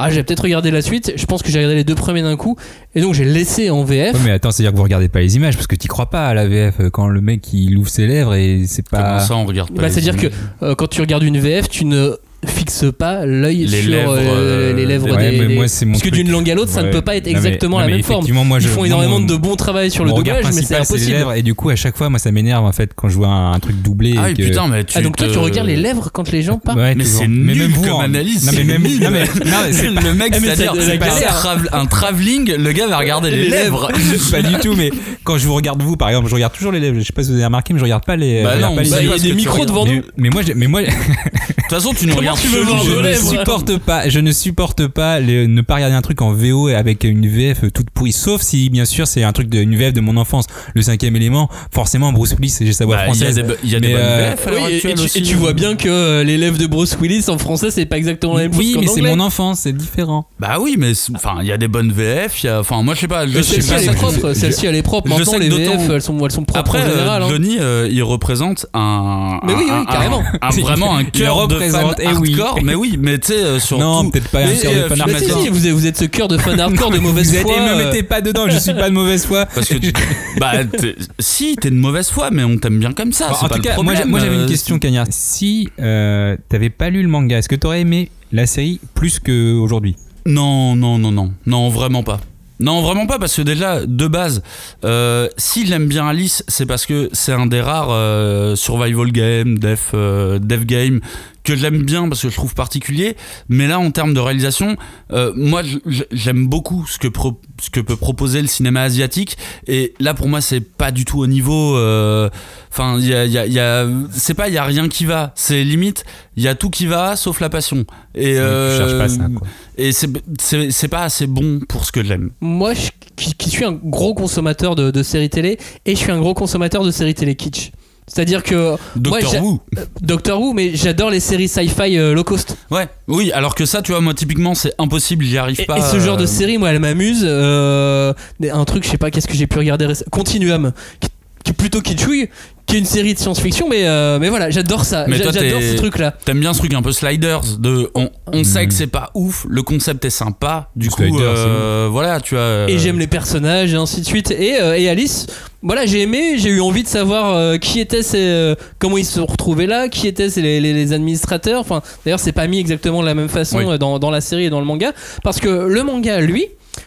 ah, j'ai peut-être regardé la suite. Je pense que j'ai regardé les deux premiers d'un coup. Et donc, j'ai laissé en VF. Ouais, mais attends, c'est-à-dire que vous regardez pas les images parce que t'y crois pas à la VF euh, quand le mec il ouvre ses lèvres et c'est Comment pas. ça, on regarde pas Bah, les c'est-à-dire que images euh, quand tu regardes une VF, tu ne fixes pas l'œil Les sur lèvres, euh, euh, les lèvres Ouais, des. mais des- moi, c'est mon Parce que truc. d'une langue à l'autre, ça ne Ouais. peut pas être Non, mais- exactement non, la mais même forme. effectivement, moi, Ils je- font moi, énormément mon- de bon travail sur le Mon regard doublage, mais c'est principal, les impossible. lèvres et du coup à chaque fois moi ça m'énerve en fait quand je vois un, un truc doublé. Ah et oui, que... putain, mais tu. Ah, donc toi, te- tu regardes les lèvres quand les gens parlent Ouais, Mais Eh, toujours. c'est nul même vous, comme hein. analyse. Non mais c'est même nul. non, mais, non, mais c'est le mec, Eh, mais c'est-à-dire, c'est de la c'est pas un, galère. travel- un travelling, le gars va regarder les, Les lèvres. pas du tout mais quand je vous regarde vous par exemple je regarde toujours les lèvres je sais pas si vous avez remarqué mais je regarde pas les. Bah je regarde non, pas les bah, Bah, Il y a parce des que tu micros regardes- devant mais, nous. mais moi j'ai- mais moi De toute façon, tu nous Comment regardes tu veux que voir les de je ne lèvres. lèvres. supporte pas, je ne supporte pas le- ne pas regarder un truc en VO et avec une VF toute pourrie, sauf si bien sûr c'est un truc de une VF de mon enfance, le cinquième élément. Forcément, Bruce Willis, j'ai sa voix Bah, Il y a française. des, bo- il y a des Mais, bonnes euh, VF à l'heure Oui, et, et actuelle tu, aussi. et tu vois bien que euh, l'élève de Bruce Willis en français, c'est pas exactement la même oui, chose qu'en mais c'est anglais. mon enfance, c'est différent. Bah oui, mais c'est- enfin, il y a des bonnes VF. il y a- Enfin, moi, je sais pas. Je Mais sais Celle-ci, pas elle ça est que- propre. Celle-ci, elle est propre. je sais Maintenant, que les d'autant- Vf, elles sont, elles sont propres Après, en euh, général. hein. Johnny, euh, il représente un. Mais oui, oui, un- un- carrément. un- vraiment un Il cœur de fan représente, eh oui. hardcore. Mais oui, mais tu sais, euh, sur. non, tout- peut-être pas un Mais, cœur euh, de fan mais Mais si, hardcore. si, vous êtes, vous êtes ce cœur de fan hardcore de mauvaise Vous êtes, foi. et me euh, mettez pas dedans, je suis pas de mauvaise foi. Parce que tu- bah t'es- si t'es de mauvaise foi, mais on t'aime bien comme ça. Bon, Ah, c'est Bah, en pas tout le cas, moi, problème, j'a- moi j'avais euh, une question, Cagnard. Si euh, t'avais pas lu le manga, est-ce que t'aurais aimé la série plus qu'aujourd'hui Non, non, non, non, non, vraiment pas. Non, vraiment pas, parce que déjà, de base, euh, s'il aime bien Alice, c'est parce que c'est un des rares euh, survival game, def, euh, def game, que j'aime bien parce que je trouve particulier. Mais là, en termes de réalisation, euh, moi, je- je- j'aime beaucoup ce que, pro- ce que peut proposer le cinéma asiatique. Et là, pour moi, c'est pas du tout au niveau. euh, Enfin, il y a, il y a- il y a- c'est pas, il y a rien qui va. C'est limite, il y a tout qui va, sauf la passion. Et Je euh, cherche pas ça. quoi. et c'est- c'est c'est pas assez bon pour ce que j'aime. Moi, je- qui, qui suis un gros consommateur de, de séries télé, et je suis un gros consommateur de séries télé kitsch. C'est-à-dire que euh, Doctor j'a- Who. Doctor Who, mais j'adore les séries sci-fi euh, low cost. Ouais, oui, alors que ça, tu vois, moi, typiquement, c'est impossible, j'y arrive Et, pas. et ce genre euh, de série, moi, elle m'amuse. euh, des- un truc, je sais pas, qu'est-ce que j'ai pu regarder récemment Continuum, qui, qui est plutôt kitschouille, qui est une série de science-fiction, mais, euh, mais voilà, j'adore ça. Mais J'a- toi, J'adore t'es- ce truc-là. T'aimes bien ce truc un peu sliders, de on, on sait que c'est pas ouf, le concept est sympa, du Sliders, coup, euh, voilà, tu vois. Et j'aime les personnages et ainsi de suite. Et, euh, et Alice, voilà, j'ai aimé, j'ai eu envie de savoir euh, qui étaient ces. euh, comment ils se sont retrouvés là, qui étaient ces- les, les- les administrateurs. Enfin, d'ailleurs, c'est pas mis exactement de la même façon Oui. euh, dans, dans la série et dans le manga. Parce que le manga, lui,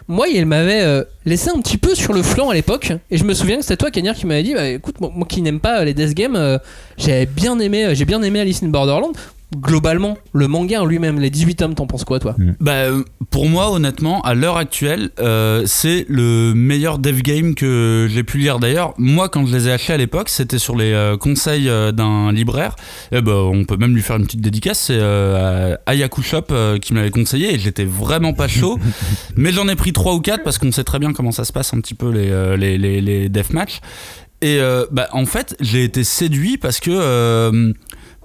moi, il m'avait euh, laissé un petit peu sur le flanc à l'époque. Et je me souviens que c'était toi, Cagnard, qui m'avais dit bah, écoute, moi, moi qui n'aime pas euh, les Death Games, euh, j'avais bien aimé, euh, j'ai bien aimé Alice in Borderland. globalement, le manga en lui-même, les 18 tomes, t'en penses quoi, toi Bah, euh, pour moi, honnêtement, à l'heure actuelle, euh, c'est le meilleur dev game que j'ai pu lire. D'ailleurs, moi, quand je les ai achetés à l'époque, c'était sur les euh, conseils euh, d'un libraire. Et bah, on peut même lui faire une petite dédicace. C'est euh, à Ayaku Shop euh, qui me l'avait conseillé et j'étais vraiment pas chaud. Mais j'en ai pris 3 ou 4 parce qu'on sait très bien comment ça se passe un petit peu les, euh, les, les, les deathmatch. Et euh, bah, en fait, j'ai été séduit parce que, euh,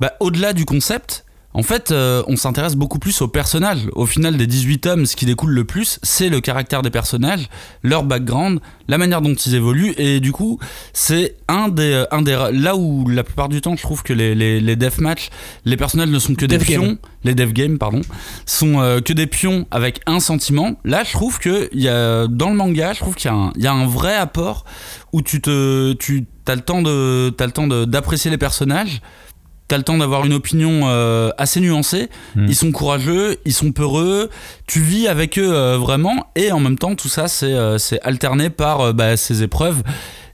bah, au-delà du concept, en fait, euh, on s'intéresse beaucoup plus aux personnages. Au final des 18 tomes, ce qui découle le plus, c'est le caractère des personnages, leur background, la manière dont ils évoluent. Et du coup, c'est un des, euh, un des. ra- Là où la plupart du temps, je trouve que les, les, les deathmatch, les personnages ne sont que des Death game. pions. Les dev games, pardon, sont euh, que des pions avec un sentiment. Là, je trouve que il y a, dans le manga, je trouve qu'il y, a un- il y a un vrai apport où tu te. Tu, as le temps de t'as le temps de- d'apprécier les personnages t'as le temps d'avoir une opinion euh, assez nuancée. Mm. Hmm. Ils sont courageux, ils sont peureux. Tu vis avec eux euh, vraiment, et en même temps, tout ça, c'est euh, c'est alterné par euh, bah, ces épreuves.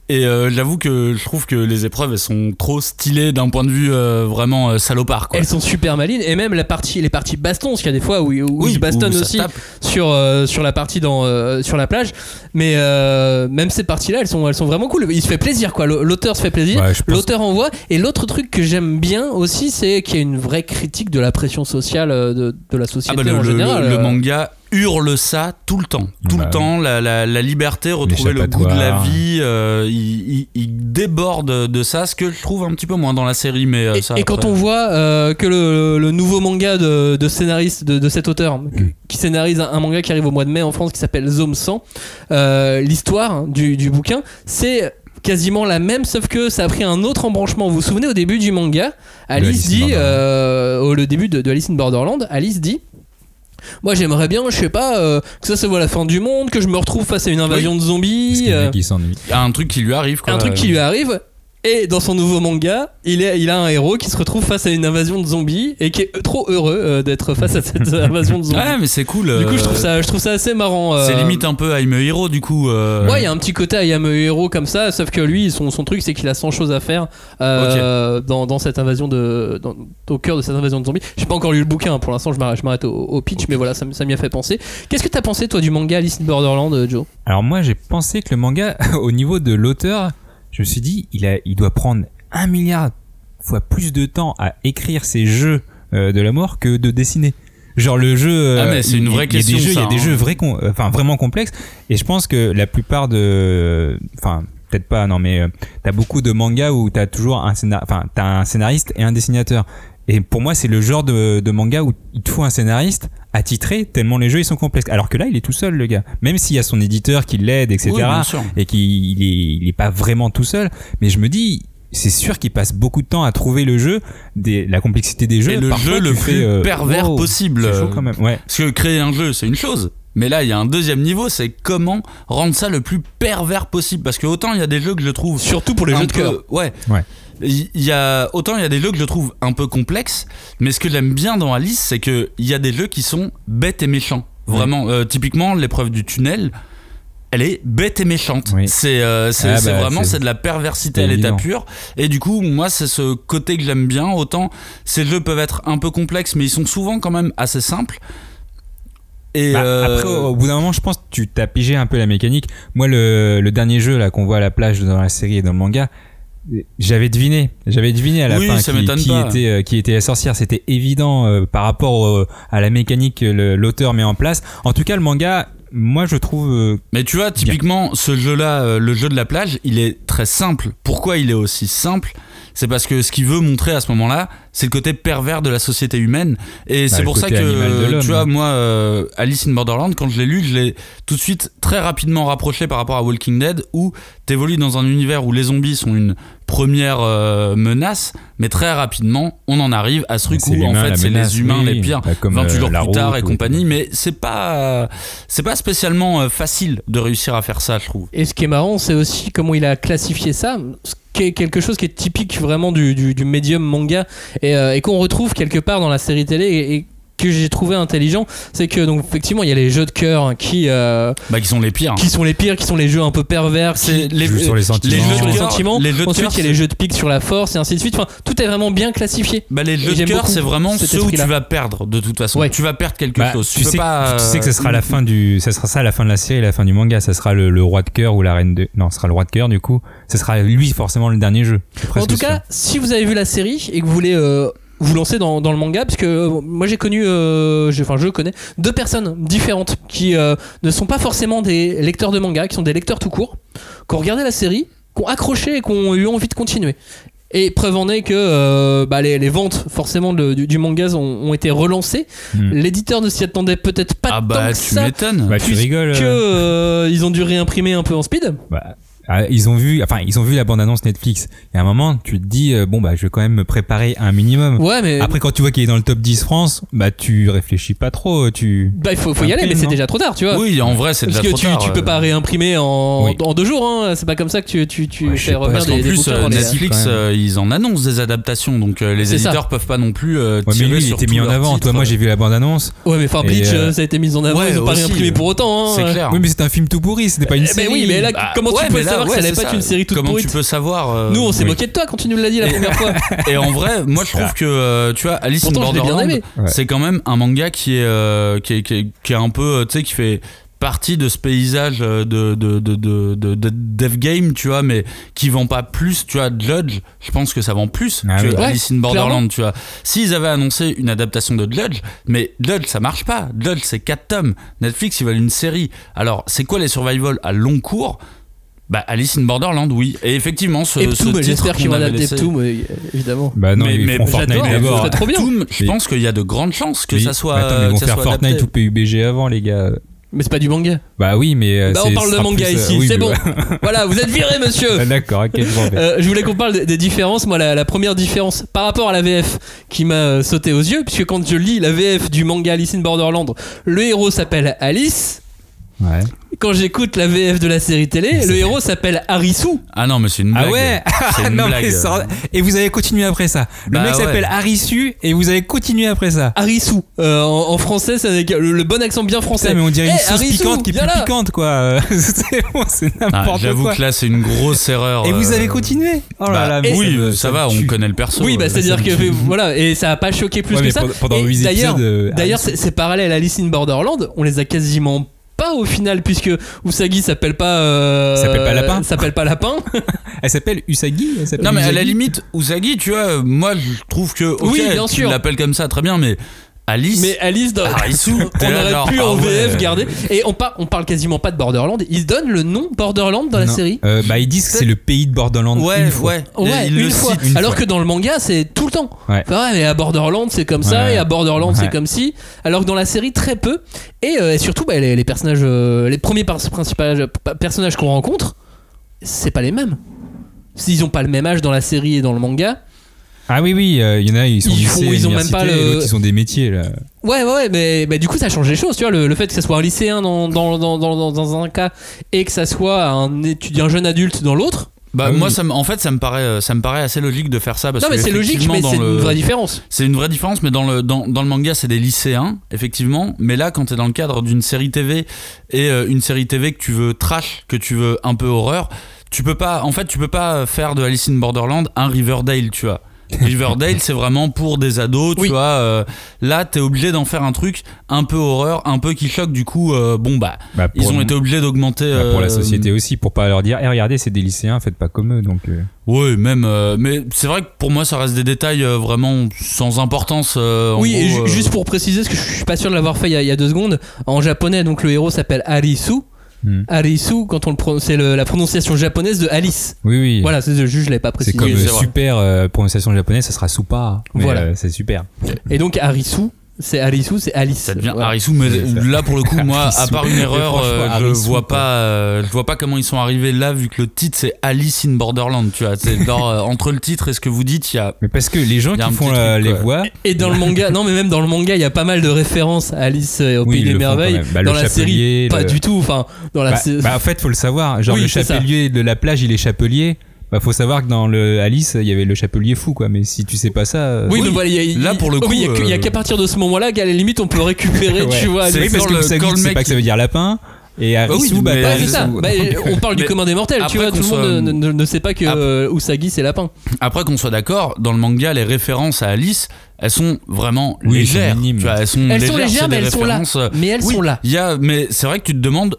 Et euh, j'avoue que je trouve que les épreuves, elles sont trop stylées d'un point de vue euh, vraiment euh, salopard. Quoi. Elles sont super malines et même la partie, les parties baston, parce qu'il y a des fois où, où ils se bastonnent où ça aussi tape. sur euh, sur la partie dans euh, sur la plage. Mais euh, même ces parties-là, elles sont elles sont vraiment cool. Il se fait plaisir quoi. L- L'auteur se fait plaisir. Ouais, je pense- L'auteur envoie. Et l'autre truc que j'aime bien aussi, c'est qu'il y a une vraie critique de la pression sociale euh, de, de la Ah société bah, le, en le- général. le- le Euh, manga hurle ça tout le temps. Tout le Bah oui. temps, la, la- la liberté, retrouver le goût de L'échappatoire. la vie, euh, il, il- il déborde de ça, ce que je trouve un petit peu moins dans la série. mais euh, Et, ça, et quand après- on voit euh, que le, le nouveau manga de, de scénariste de, de cet auteur, qui scénarise un, un manga qui arrive au mois de mai en France qui s'appelle Zome 100, euh, l'histoire du, du bouquin, c'est quasiment la même, sauf que ça a pris un autre embranchement. Vous vous souvenez au début du manga, Alice Alice in dit, Borderland. euh, au le début de, de Alice in Borderland, Alice dit. Moi j'aimerais bien, je sais pas, euh, que ça se voit la fin du monde, que je me retrouve face à une invasion de Parce zombies. qu'il y en a euh, qui s'ennuient. Il y a un truc qui lui arrive. Quoi. un truc qui lui arrive. Et dans son nouveau manga, il, est, il a un héros qui se retrouve face à une invasion de zombies et qui est trop heureux euh, d'être face à cette invasion de zombies. Ouais, mais c'est cool. du coup, je trouve euh, ça, je trouve ça assez marrant. euh. C'est limite un peu I'm a Hero, du coup. euh, Ouais, il y a un petit côté I am a hero comme ça, sauf que lui, son, son truc, c'est qu'il a 100 choses à faire euh, dans, dans cette invasion de. dans- au cœur de cette invasion de zombies. J'ai pas encore lu le bouquin, hein, pour l'instant, je m'arrête je m'arrête au, au pitch, mais voilà, ça m- ça m'y a fait penser. Qu'est-ce que t'as pensé, toi, du manga Alice in Borderland, euh, Joe Alors moi j'ai pensé que le manga, au niveau de l'auteur, je me suis dit il, a, il doit prendre un milliard fois plus de temps à écrire ces jeux euh, de la mort que de dessiner. Genre le jeu, euh, Ah, mais c'est une il- vraie il y a des question, jeux- Il y a ça, des hein. jeux vrais com- euh, enfin vraiment complexes. Et je pense que la plupart de, enfin peut-être pas, non mais euh, t'as beaucoup de mangas où t'as toujours un scénar, enfin t'as un scénariste et un dessinateur. Et pour moi c'est le genre de, de manga où il te faut un scénariste attitré tellement les jeux ils sont complexes. Alors que là il est tout seul le gars, même s'il y a son éditeur qui l'aide etc oui, bien sûr. et qu'il il est, il est pas vraiment tout seul. Mais je me dis, c'est sûr qu'il passe beaucoup de temps à trouver le jeu, des, la complexité des jeux. Et le Parfois, jeu tu le fais, plus euh, pervers wow, possible. euh, C'est chaud quand même. Ouais. Parce que créer un jeu, c'est une chose. Mais là, il y a un deuxième niveau, c'est comment rendre ça le plus pervers possible. Parce que autant il y a des jeux que je trouve. Surtout pour les un jeux de peu- cœur. Ouais. Ouais. Il il y a, autant il y a des jeux que je trouve un peu complexes, mais ce que j'aime bien dans Alice, c'est qu'il y a des jeux qui sont bêtes et méchants. Vraiment, Euh, typiquement, l'épreuve du tunnel, elle est bête et méchante. Oui. C'est euh, c'est- Ah c'est bah, vraiment c'est- c'est de la perversité à c'est l'état évident. pur. Et du coup, moi, c'est ce côté que j'aime bien. Autant ces jeux peuvent être un peu complexes, mais ils sont souvent quand même assez simples. Et Bah, euh, Après, au, au bout d'un moment, je pense que tu t'as pigé un peu la mécanique. Moi, le, le dernier jeu là qu'on voit à la plage dans la série et dans le manga, j'avais deviné, j'avais deviné à la Oui, fin ça qui, m'étonne qui pas. était euh, qui était la sorcière. C'était évident euh, par rapport au- à la mécanique que le- l'auteur met en place. En tout cas, le manga, moi, je trouve euh, Mais tu vois, typiquement, ce jeu-là, euh, le jeu de la plage, il est très simple. Pourquoi il est aussi simple C'est parce que ce qu'il veut montrer à ce moment-là, c'est le côté pervers de la société humaine. Et c'est Bah, le pour ça côté animal de que, l'homme, tu vois, hein. moi, euh, Alice in Borderland, quand je l'ai lu, je l'ai tout de suite très rapidement rapproché par rapport à Walking Dead, où t'évolues dans un univers où les zombies sont une première euh, menace, mais très rapidement, on en arrive à ce truc C'est où, en l'humain, fait, la c'est menace, les humains oui, les pires. bah, comme, 28 euh, jours la plus tard route et ou- compagnie, mais c'est pas, c'est pas spécialement euh, facile de réussir à faire ça, je trouve. Et ce qui est marrant, c'est aussi comment il a classifié ça, ce qui est quelque chose qui est typique vraiment du, du, du médium manga et, euh, et qu'on retrouve quelque part dans la série télé et, et que j'ai trouvé intelligent, c'est que donc effectivement il y a les jeux de cœur qui euh, Bah, qui sont les pires. qui sont les pires, qui sont les jeux un peu pervers, qui- C'est les, Jeux sur les euh, sentiments. jeux de sur les cœur, sentiments. les jeux de Ensuite cœur, il y a les jeux de pique sur la force et ainsi de suite. Enfin tout est vraiment bien classifié. Bah, les jeux de j'aime cœur, beaucoup c'est vraiment cet ceux où tu esprit-là. vas perdre, de toute façon. Ouais. Tu vas perdre quelque Bah, chose. tu, peux sais, pas, tu sais que euh, ce sera mm. la fin du, ça sera ça la fin de la série, la fin du manga. Ça sera le, le roi de cœur ou la reine de, non, ce sera le roi de cœur du coup. Ce sera lui forcément le dernier jeu. C'est En presque tout sûr. cas si vous avez vu la série et que vous voulez euh, vous lancer dans, dans le manga parce que euh, moi j'ai connu euh, j'ai- enfin je connais deux personnes différentes qui euh, ne sont pas forcément des lecteurs de manga qui sont des lecteurs tout court qui ont regardé la série qui ont accroché et qui ont eu envie de continuer et preuve en est que euh, bah, les, les ventes forcément de- du, du manga ont, ont été relancées Hmm. l'éditeur ne s'y attendait peut-être pas Ah tant bah, que tu ça m'étonnes. Bah, tu puisque- rigoles. que euh, euh, ils ont dû réimprimer un peu en speed bah, ah, ils ont vu, enfin, ils ont vu la bande-annonce Netflix. Et à un moment, tu te dis, euh, bon, bah, je vais quand même me préparer un minimum. ouais mais Après, quand tu vois qu'il est dans le top 10 France, bah, tu réfléchis pas trop. euh, Tu. bah, il faut, faut y aller mais Imprime, c'est non déjà trop tard tu vois Oui, en vrai, c'est Parce déjà que trop tu, tard. tu peux euh. pas réimprimer en, Oui. en deux jours, hein. c'est pas comme ça que tu, tu, tu Ouais, je sais fais pas, refaire Parce qu'en des, des plus, auteurs euh, dans les- Netflix, Ouais. euh, ils en annoncent des adaptations, donc euh, les C'est ça. éditeurs peuvent pas non plus euh, Ouais, mais tirer lui, il sur était tous mis en leurs avant. titres. Toi, moi, j'ai vu la bande-annonce. Ouais, mais enfin, Bleach, Et, euh, euh, ça a été mis en avant, ouais, ils ont pas aussi, réimprimé euh, pour autant. hein. C'est clair. Oui, mais c'est un film tout pourri. C'était pas une Eh ben série. oui, mais là, Bah, comment ouais, tu peux mais là, savoir ouais, que ça allait c'est pas être une série toute Comment pourrite tu peux savoir euh, Nous, on s'est oui. moqué de toi quand tu nous l'as dit la Et- première fois. Et en vrai, moi, je trouve que euh, tu vois, Alice in Pourtant, je l'ai bien Borderland, aimé. Ouais. c'est quand même un manga qui est euh, qui est, qui est- qui est un peu, euh, tu sais, qui fait partie de ce paysage euh, de de de de, de, de Dev Game, tu vois, mais qui vend pas plus, tu vois, Judge. Je pense que ça vend plus Ah que oui. Alice in Ouais, Borderland, tu vois. S'ils avaient annoncé une adaptation de Judge, mais Judge ça marche pas. Judge c'est 4 tomes. Netflix ils veulent une série. Alors c'est quoi les survival à long cours? Bah Alice in Borderland, oui. Et effectivement, ce, ce Eptoum, titre j'espère qu'ils qu'on vont avait adapter laissé- Eptoum, euh, évidemment. Bah non, Mais- ils mais font Fortnite j'adore, d'abord. c'est très bien. Doom, je Mais- pense qu'il y a de grandes chances que Oui. ça soit. Mais Attends, mais euh, ils vont que ça faire soit Fortnite adapté. ou PUBG avant, les gars. Mais c'est pas du manga. Bah oui, mais. euh, Bah, on c'est- parle ce de sera manga plus, euh, ici, oui, c'est mais bon. ouais. voilà, vous êtes viré, monsieur. Ah, D'accord, ok, je m'en vais. Euh, je voulais qu'on parle des, des différences. Moi, la, la première différence par rapport à la VF qui m'a euh, sauté aux yeux, puisque quand je lis la VF du manga Alice in Borderland, le héros s'appelle Alice. Ouais. Quand j'écoute la VF de la série télé, le héros s'appelle Harisu. Ah non, mais c'est une blague. Ah ouais C'est une Non, mais blague. ça- Et vous avez continué après ça. Le Bah mec ouais. s'appelle Harisu et vous avez continué après ça. Harisu. Euh, en, en français, c'est avec le, le bon accent bien français. Putain, mais on dirait une Eh, sauce Harisu, piquante qui est viens plus là. piquante quoi. c'est bon, c'est Ah, n'importe J'avoue quoi. que là, c'est une grosse erreur. Et vous euh, avez continué Oh là bah, là, mais oui, me- ça, me va, tue. on connaît le perso. Oui, bah euh, c'est à dire ça que me tue. voilà, et ça a pas choqué plus Ouais, que mais ça. pendant- pendant Et huit d'ailleurs, épisodes, euh, d'ailleurs, Alice- c'est c'est parallèle à Alice in Borderland, on les a quasiment pas au final puisque Usagi s'appelle pas euh, S'appelle pas Lapin. s'appelle pas lapin Elle s'appelle Usagi elle s'appelle Non, mais à la Usagi limite, Usagi, tu vois, euh, moi, je trouve que. ok, Oui, bien tu sûr. l'appelles comme ça, très bien, mais Alice. mais Alice dans, Harisu, on t'es là, aurait genre, pu ah en ouais. VF garder et on, par- on parle quasiment pas de Borderland ils donnent le nom Borderland dans la Non. série Euh, Bah, ils disent que c'est le pays de Borderlands. Ouais, une fois. ouais. Ouais, il une le fois. cite. une Alors fois. que dans le manga, c'est tout le temps. Ouais. Enfin, ouais, mais à Borderland, c'est comme ça, Ouais. et à Borderland, Ouais. c'est comme si. Alors que dans la série, très peu. Et, euh, et surtout, bah, les, les personnages, euh, les premiers par- principales- pa- personnages qu'on rencontre, c'est pas les mêmes. S'ils ont pas le même âge dans la série et dans le manga. Ah oui, oui, euh, il y en a, ils sont Ils lycée, font- ils ont même pas université, et le- l'autre, ils ont des métiers là. Ouais, ouais, ouais, mais, mais du coup, ça change les choses, tu vois. Le, le fait que ça soit un lycéen dans, dans, dans, dans, dans un cas et que ça soit un étudiant, un jeune adulte dans l'autre. Bah, Ah oui. moi, ça me- en fait, ça me paraît, euh, ça me paraît assez logique de faire ça. Parce Non, mais que c'est logique, effectivement, mais dans c'est le- une vraie différence. C'est une vraie différence, mais dans le, dans, dans le manga, c'est des lycéens, effectivement. Mais là, quand t'es dans le cadre d'une série TV et euh, une série TV que tu veux trash, que tu veux un peu horreur, tu peux pas, en fait, tu peux pas faire de Alice in Borderland un Riverdale, tu vois. Riverdale, c'est vraiment pour des ados, tu Oui. vois. euh, là, t'es obligé d'en faire un truc un peu horreur, un peu qui choque. Du coup, euh, bon, bah, Bah, ils pour- ont été obligés d'augmenter. bah, pour la euh, société aussi, pour pas leur dire, eh regardez, c'est des lycéens, faites pas comme eux. Donc, euh, Ouais, même. euh, mais c'est vrai que pour moi, ça reste des détails euh, vraiment sans importance. euh, en Oui, et gros, ju- euh, juste pour préciser, parce que je suis pas sûr de l'avoir fait il y, a, il y a deux secondes, en japonais, donc le héros s'appelle Arisu. Hmm. Arisu, quand on le prononce, c'est le- la prononciation japonaise de Alice. oui, oui. Voilà, c'est je, je l'ai pas C'est précisé. comme oui, c'est euh, vrai. super euh, prononciation japonaise, ça sera Supa. Mais, Voilà. euh, c'est super. Et donc Arisu, c'est Arisu, c'est Alice. Ça devient Voilà. Harisu, mais C'est ça. là pour le coup, moi, à Harisu. part une Et erreur, franchement, euh, je Harisu, vois quoi. pas, euh, je vois pas comment ils sont arrivés là, vu que le titre c'est Alice in Borderland, tu vois. C'est genre, euh, entre le titre et ce que vous dites, il y a. Mais parce que les gens Il y a qui un font petit la- truc, les quoi. voix, Et dans le manga, non mais même dans le manga, il y a pas mal de références à Alice euh, au Oui, pays ils des le font merveilles. quand même. Bah, dans le la série, chapelier, pas le- du tout. Enfin, dans la bah, sé- bah, en fait, faut le savoir. Genre Oui, le c'est ça. chapelier de la plage, il est chapelier. Bah, faut savoir que dans le Alice, il y avait le chapelier fou, quoi. Mais si tu sais pas ça. euh, Oui, Oui, mais voilà, il y a- là, il- pour le oui, il y a coup, que- il y a euh, qu'à partir de ce moment-là qu'à la limite on peut récupérer, ouais. tu vois. C'est le- Oui, parce quand que le- le Saoudite, quand le c'est mec pas que ça veut dire lapin. Et Harry Ah oui, Sou, bah, mais- pas Ouais, du c'est ça. tout. Bah, on parle du Mais commun des mortels, tu après vois. qu'on Tout le monde soit- Ah. ne, ne- ne sait pas que Après- euh, Usagi c'est lapin. Après qu'on soit d'accord, dans le manga, les références à Alice, elles sont vraiment Oui, légères. c'est minime. Tu vois, elles sont Elles légères, sont légères, c'est mais des elles sont là. références, euh, Mais elles oui, sont là. il Y a, mais c'est vrai que tu te demandes.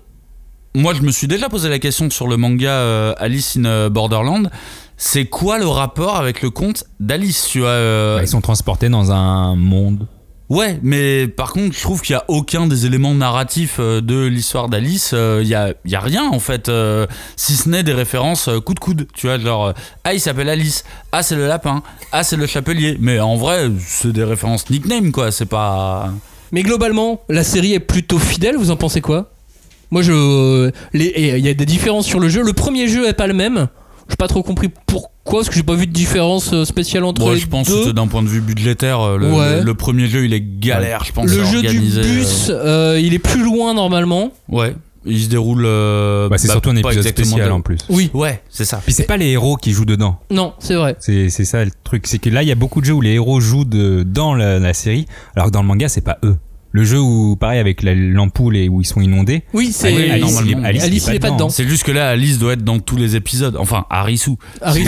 Moi, je me suis déjà posé la question sur le manga euh, Alice in Borderland. C'est quoi le rapport avec le conte d'Alice tu vois, euh, Bah, Ils sont transportés dans un monde. Ouais, mais par contre, je trouve qu'il y a aucun des éléments narratifs euh, de l'histoire d'Alice. euh, Il y, a, il y a rien, en fait, euh, si ce n'est des références euh, coup de coude. Tu vois, genre, euh, ah, il s'appelle Alice. Ah, c'est le lapin. Ah, c'est le chapelier. Mais en vrai, c'est des références nickname, quoi. C'est pas. Mais globalement, la série est plutôt fidèle, vous en pensez quoi Moi, je. euh, les- et Il y a des différences sur le jeu. Le premier jeu est pas le même. J'ai pas trop compris pourquoi, parce que j'ai pas vu de différence euh, spéciale entre Ouais, les je pense que deux. d'un point de vue budgétaire, euh, le, Ouais. le premier jeu, il est galère, je pense. Le à jeu du organiser, bus, euh, il est plus loin normalement. euh, ouais. Il se déroule. euh, Bah, c'est bah, surtout un pas épisode exactement spécial de- en plus. Oui. Ouais, c'est ça. Puis c'est pas les héros qui jouent dedans. Non, c'est vrai. C'est c'est ça le truc. C'est que là, il y a beaucoup de jeux où les héros jouent de- dans la, la série, alors que dans le manga, c'est pas eux. Le jeu où, pareil, avec la- l'ampoule et où ils sont inondés. Oui, c'est. Ah oui, Alice, normalement. il- Alice, il est pas dedans. C'est juste que là, Alice doit être dans tous les épisodes. Enfin, Harisu. Harry-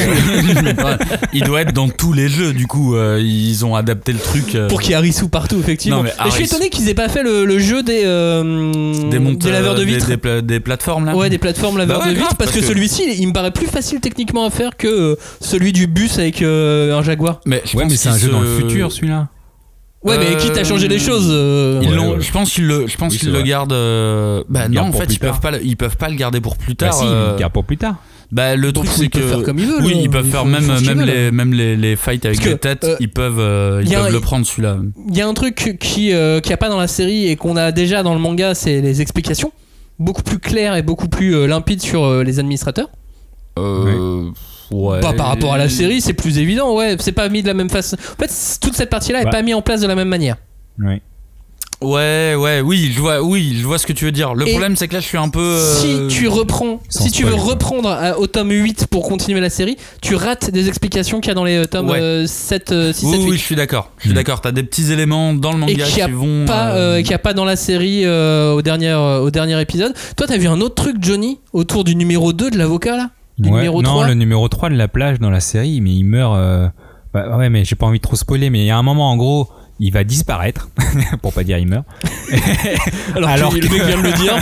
Mais pas- il doit être dans tous les jeux, du coup. euh, ils ont adapté le truc. euh, Pour qu'il y ait Harisu partout, effectivement. Non, mais Et je suis Harisu- étonné qu'ils aient pas fait le, le jeu des, euh, des montes- laveurs de euh, des- vitres. Des, pla- des plateformes, là. Ouais, des plateformes laveurs Bah ouais, de vitres, grave, parce, parce que, que- celui-ci, il- il me paraît plus facile techniquement à faire que euh, celui du bus avec euh, un jaguar. Mais je Ouais, pense mais c'est un qu'ils jeu dans se- le futur, celui-là. Ouais, mais Euh, quitte à changer les choses. euh, Ils Ouais, l'ont- ouais. Je pense qu'ils le, je pense Oui, qu'ils c'est le vrai. gardent. euh, Bah Ils le non, gardent en pour fait, plus ils peuvent tard. pas, le- ils peuvent pas le garder pour plus Bah tard. si, euh, car pour plus tard. bah le truc ils c'est que, peuvent faire comme ils veulent, oui, ils euh, peuvent ils faire font- ils même, font ce qu'ils même veulent. les, même les, les fights avec Parce que, des têtes, euh, ils peuvent, euh, ils y a peuvent un- le prendre celui-là. Il y a un truc qui euh, qu'il n'y a pas dans la série et qu'on a déjà dans le manga, c'est les explications beaucoup plus claires et beaucoup plus euh, limpides sur euh, les administrateurs. Euh, ouais. Pas Bah, par rapport à la série, c'est plus évident, ouais. C'est pas mis de la même façon. En fait, c- toute cette partie-là est Bah. pas mise en place de la même manière. Ouais. Ouais, ouais, oui, je vois, oui, je vois ce que tu veux dire. Le Et problème, c'est que là, je suis un peu. Si euh, tu reprends, sans si tu veux spoil, quoi. reprendre à- au tome 8 pour continuer la série, tu rates des explications qu'il y a dans les euh, tomes Ouais. euh, 7, euh, 6, Oui, 7, 8. oui, je suis d'accord. Je suis Mm. d'accord. T'as des petits éléments dans le manga Et qu'il y qui a vont. pas, euh, euh, qu'il n'y a pas dans la série euh, au, dernier, euh, au dernier épisode. Toi, t'as vu un autre truc, Johnny, autour du numéro 2 de l'avocat, là Du Ouais. numéro non, 3 le numéro 3 de la plage dans la série, mais il meurt. euh, bah, ouais, mais j'ai pas envie de trop spoiler, mais il y a un moment, en gros, il va disparaître, pour pas dire il meurt. Alors, Alors que le mec vient de le dire.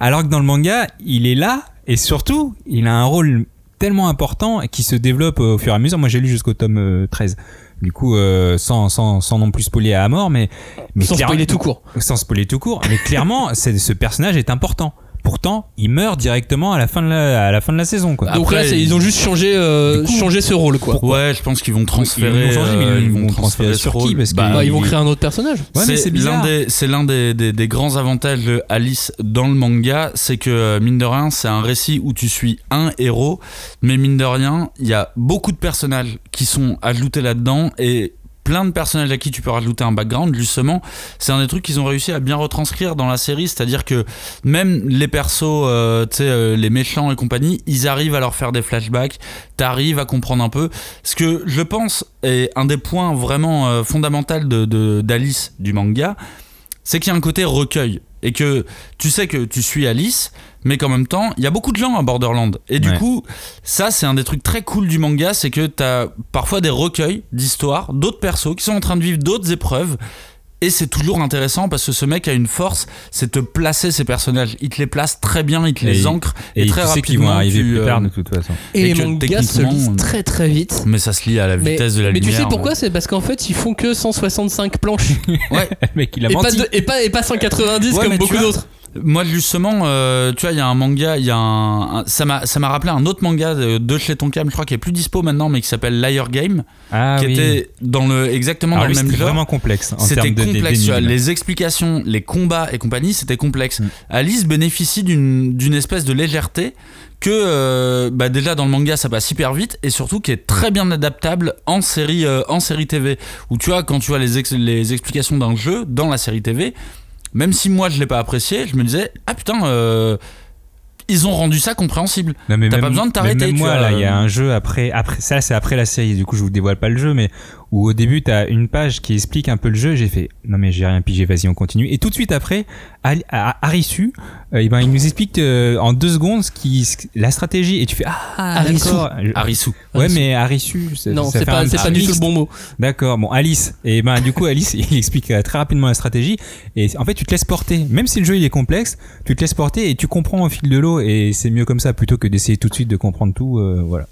Alors que dans le manga, il est là et surtout, il a un rôle tellement important et qui se développe euh, au fur et à mesure. Moi, j'ai lu jusqu'au tome euh, 13. Du coup, euh, sans, sans, sans non plus spoiler à mort, mais, mais Sans clair- spoiler tout court. sans spoiler tout court. Mais clairement, c'est- ce personnage est important. Pourtant, il meurt directement à la fin de la, à la, fin de la saison. Quoi. Ah, Donc Après, là, c'est- ils ont juste changé, euh, Bah du coup, changé ce rôle, quoi. Ouais, je pense qu'ils vont transférer. Ils l'ont changé, mais euh, ils vont transférer ce sur qui, rôle. parce que- Bah, Bah, ils ils- vont créer un autre personnage. Ouais, mais c'est c'est l'un bizarre. des, c'est l'un des, des, des grands avantages de Alice dans le manga, c'est que euh, mine de rien, c'est un récit où tu suis un héros, mais mine de rien, il y a beaucoup de personnages qui sont ajoutés là-dedans et plein de personnages à qui tu peux rajouter un background justement c'est un des trucs qu'ils ont réussi à bien retranscrire dans la série c'est à dire que même les persos euh, tu sais euh, les méchants et compagnie ils arrivent à leur faire des flashbacks t'arrives à comprendre un peu ce que je pense est un des points vraiment euh, fondamentaux de, de- d'Alice du manga, c'est qu'il y a un côté recueil. Et que tu sais que tu suis Alice, mais qu'en même temps, il y a beaucoup de gens à Borderland. Et du Ouais. coup, ça, c'est un des trucs très cool du manga, c'est que t'as parfois des recueils d'histoires, d'autres persos qui sont en train de vivre d'autres épreuves. Et c'est toujours intéressant parce que ce mec a une force, c'est de placer ses personnages. Il te les place très bien, il te Et- les ancre. Et, et très tu sais qu'ils rapidement, vont arriver tu, plus tard euh, de toute façon. Et, Et les que mangas se techniquement, lisent euh, très très vite. Mais ça se lie à la Mais, vitesse de la mais tu lumière. euh, sais pourquoi C'est parce qu'en fait, ils font que 165 planches. Ouais. Le mec, il a et, pas menti. de- et, pas, et pas 190 Ouais, comme mais tu beaucoup vois, d'autres. Moi justement, euh, tu vois, il y a un manga, il y a un, un- ça m'a ça m'a rappelé un autre manga de, de chez Tonkam, je crois qui est plus dispo maintenant, mais qui s'appelle Liar Game, Ah qui oui. était dans le exactement Alors dans lui, le même c'était genre. vraiment complexe. en C'était termes de- complexe, tu vois, d'énigmes. les explications, les combats et compagnie, c'était complexe. Alice bénéficie d'une d'une espèce de légèreté que euh, bah déjà dans le manga ça passe hyper vite et surtout qui est très bien adaptable en série euh, en série TV où tu vois quand tu vois les, ex- les explications d'un jeu dans la série TV même si moi je l'ai pas apprécié je me disais ah putain euh, ils ont rendu ça compréhensible. Non, mais T'as même- pas besoin de mais t'arrêter, même tu Moi, vois, là, euh, il y a un jeu après, après ça, c'est après la série. Du coup, je vous dévoile pas le jeu, mais où au début, t'as une page qui explique un peu le jeu. J'ai fait, non mais j'ai rien pigé. Vas-y, on continue. Et tout de suite après, à, à, Arisu, euh, eh ben, il nous explique euh, en deux secondes ce qui, ce- la stratégie. Et tu fais, ah, Arisu. d'accord. Harissou. Ouais, Arisu. mais Arisu, ça- Non, ça c'est fait pas, un c'est petit pas du tout mix. le bon mot. D'accord, bon Alice, et ben du coup Alice il explique euh, très rapidement la stratégie et en fait tu te laisses porter, même si le jeu il est complexe, tu te laisses porter et tu comprends au fil de l'eau et c'est mieux comme ça plutôt que d'essayer tout de suite de comprendre tout, euh, voilà.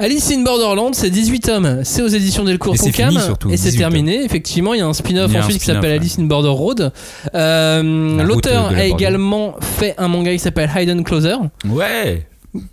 Alice in Borderland, c'est 18 tomes. C'est aux éditions Delcourt Et c'est Cam. fini, surtout, Et c'est 18 terminé. Effectivement, il y a un spin-off Il y a un ensuite qui spin-off, s'appelle ouais. Alice in Border Road. Euh, La route L'auteur de la a Border. également fait un manga qui s'appelle Hidden Closer, Ouais.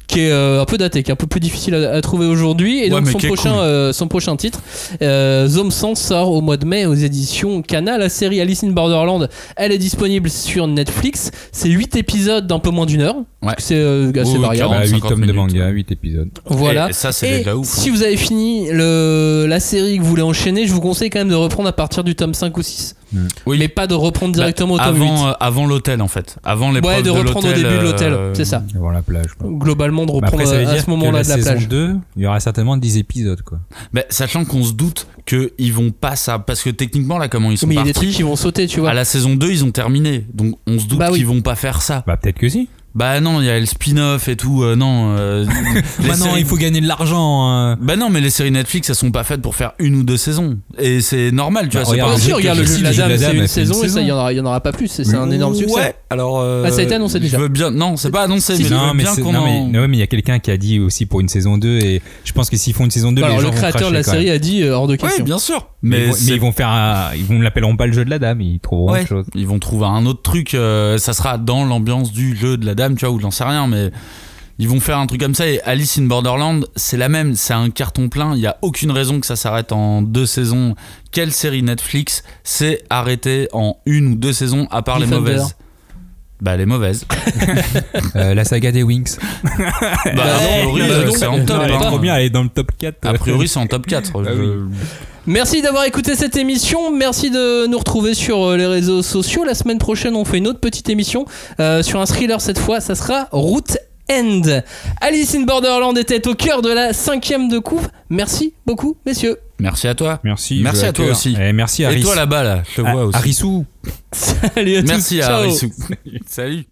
qui est euh, un peu daté, qui est un peu plus difficile à, à trouver aujourd'hui. Et Ouais, donc mais son qui est prochain, cool. euh, son prochain titre, euh, Zome 100 sort au mois de mai aux éditions Cana. La série Alice in Borderland, elle est disponible sur Netflix. C'est 8 épisodes d'un peu moins d'une heure. Ouais. C'est euh, assez Oui, variable. clairement. 40, 8 50 Bah, tomes de minutes. manga, 8 épisodes. Voilà. Et ça, c'est Et déjà ouf, Si hein. vous avez fini le, la série et que vous voulez enchaîner, je vous conseille quand même de reprendre à partir du tome 5 ou 6. Mm. Oui. Mais pas de reprendre Bah, directement au tome avant, euh, avant l'hôtel en fait. Avant 8. les Ouais, de reprendre au début de l'hôtel, euh, c'est ça. Avant la plage. quoi. Globalement, de Mais reprendre Bah, après ça veut à dire ce moment-là que de la, la saison plage. 2, il y aura certainement 10 épisodes quoi. Bah, sachant qu'on se doute qu'ils vont pas ça. Parce que techniquement, là, comment ils sont Mais il y a des trucs partis. qui vont sauter, tu vois. À la saison 2, ils ont terminé. Donc on se doute Bah oui. qu'ils vont pas faire ça. Bah peut-être que si. Bah non, il y a le spin-off et tout. euh, non. euh, les Maintenant séries- il faut gagner de l'argent. hein. Bah non, mais les séries Netflix, elles sont pas faites pour faire une ou deux saisons. Et c'est normal, tu Bah, vois. c'est regarde, pas- Bien le sûr, jeu regarde que le j'ai jeu de fait, la j'ai dame, la c'est dame, une elle fait une saison et ça, il saison. y en aura, il y en aura pas plus. C'est un énorme succès. Ouais, alors. euh, Ah, ça a été annoncé déjà. Je veux bien. Non, c'est pas annoncé, Si, mais si. je veux Non mais, bien c'est- qu'on non, mais, en- non, mais il y a quelqu'un qui a dit aussi pour une saison 2 et je pense que s'ils font une saison 2 Bah, Alors, les gens le vont créateur de la cracher, quand série même. a dit euh, hors de Ouais, question. bien sûr. mais, ils Mais vont- mais c'est- ils vont faire un- ils vont l'appelleront pas le jeu de la dame, ils trouveront Ouais, autre chose. ils vont trouver un autre truc. euh, ça sera dans l'ambiance du jeu de la dame, tu vois, ou j'en sais rien, mais ils vont faire un truc comme ça. Et Alice in Borderland, c'est la même. C'est un carton plein. Il n'y a aucune raison que ça s'arrête en deux saisons. Quelle série Netflix s'est arrêtée en une ou deux saisons, à part les Cliffhanger. mauvaises bah les mauvaises. Euh, la saga des Wings. Bah, a priori bah, euh, donc, c'est en euh, top. elle est hein. trop elle est dans le top 4. A priori c'est en top 4. Ah Je- Merci d'avoir écouté cette émission. Merci de nous retrouver sur euh, les réseaux sociaux. La semaine prochaine, on fait une autre petite émission euh, sur un thriller cette fois. Ça sera Route End. Alice in Borderland était au cœur de la cinquième de couve. Merci beaucoup, messieurs. Merci à toi. Merci. Merci je à toi l'accueille. aussi. Et Eh, merci Ah, à Et toi là-bas là, je te vois aussi. Arissou. Salut à tous. Merci à Ciao. Arissou. Salut.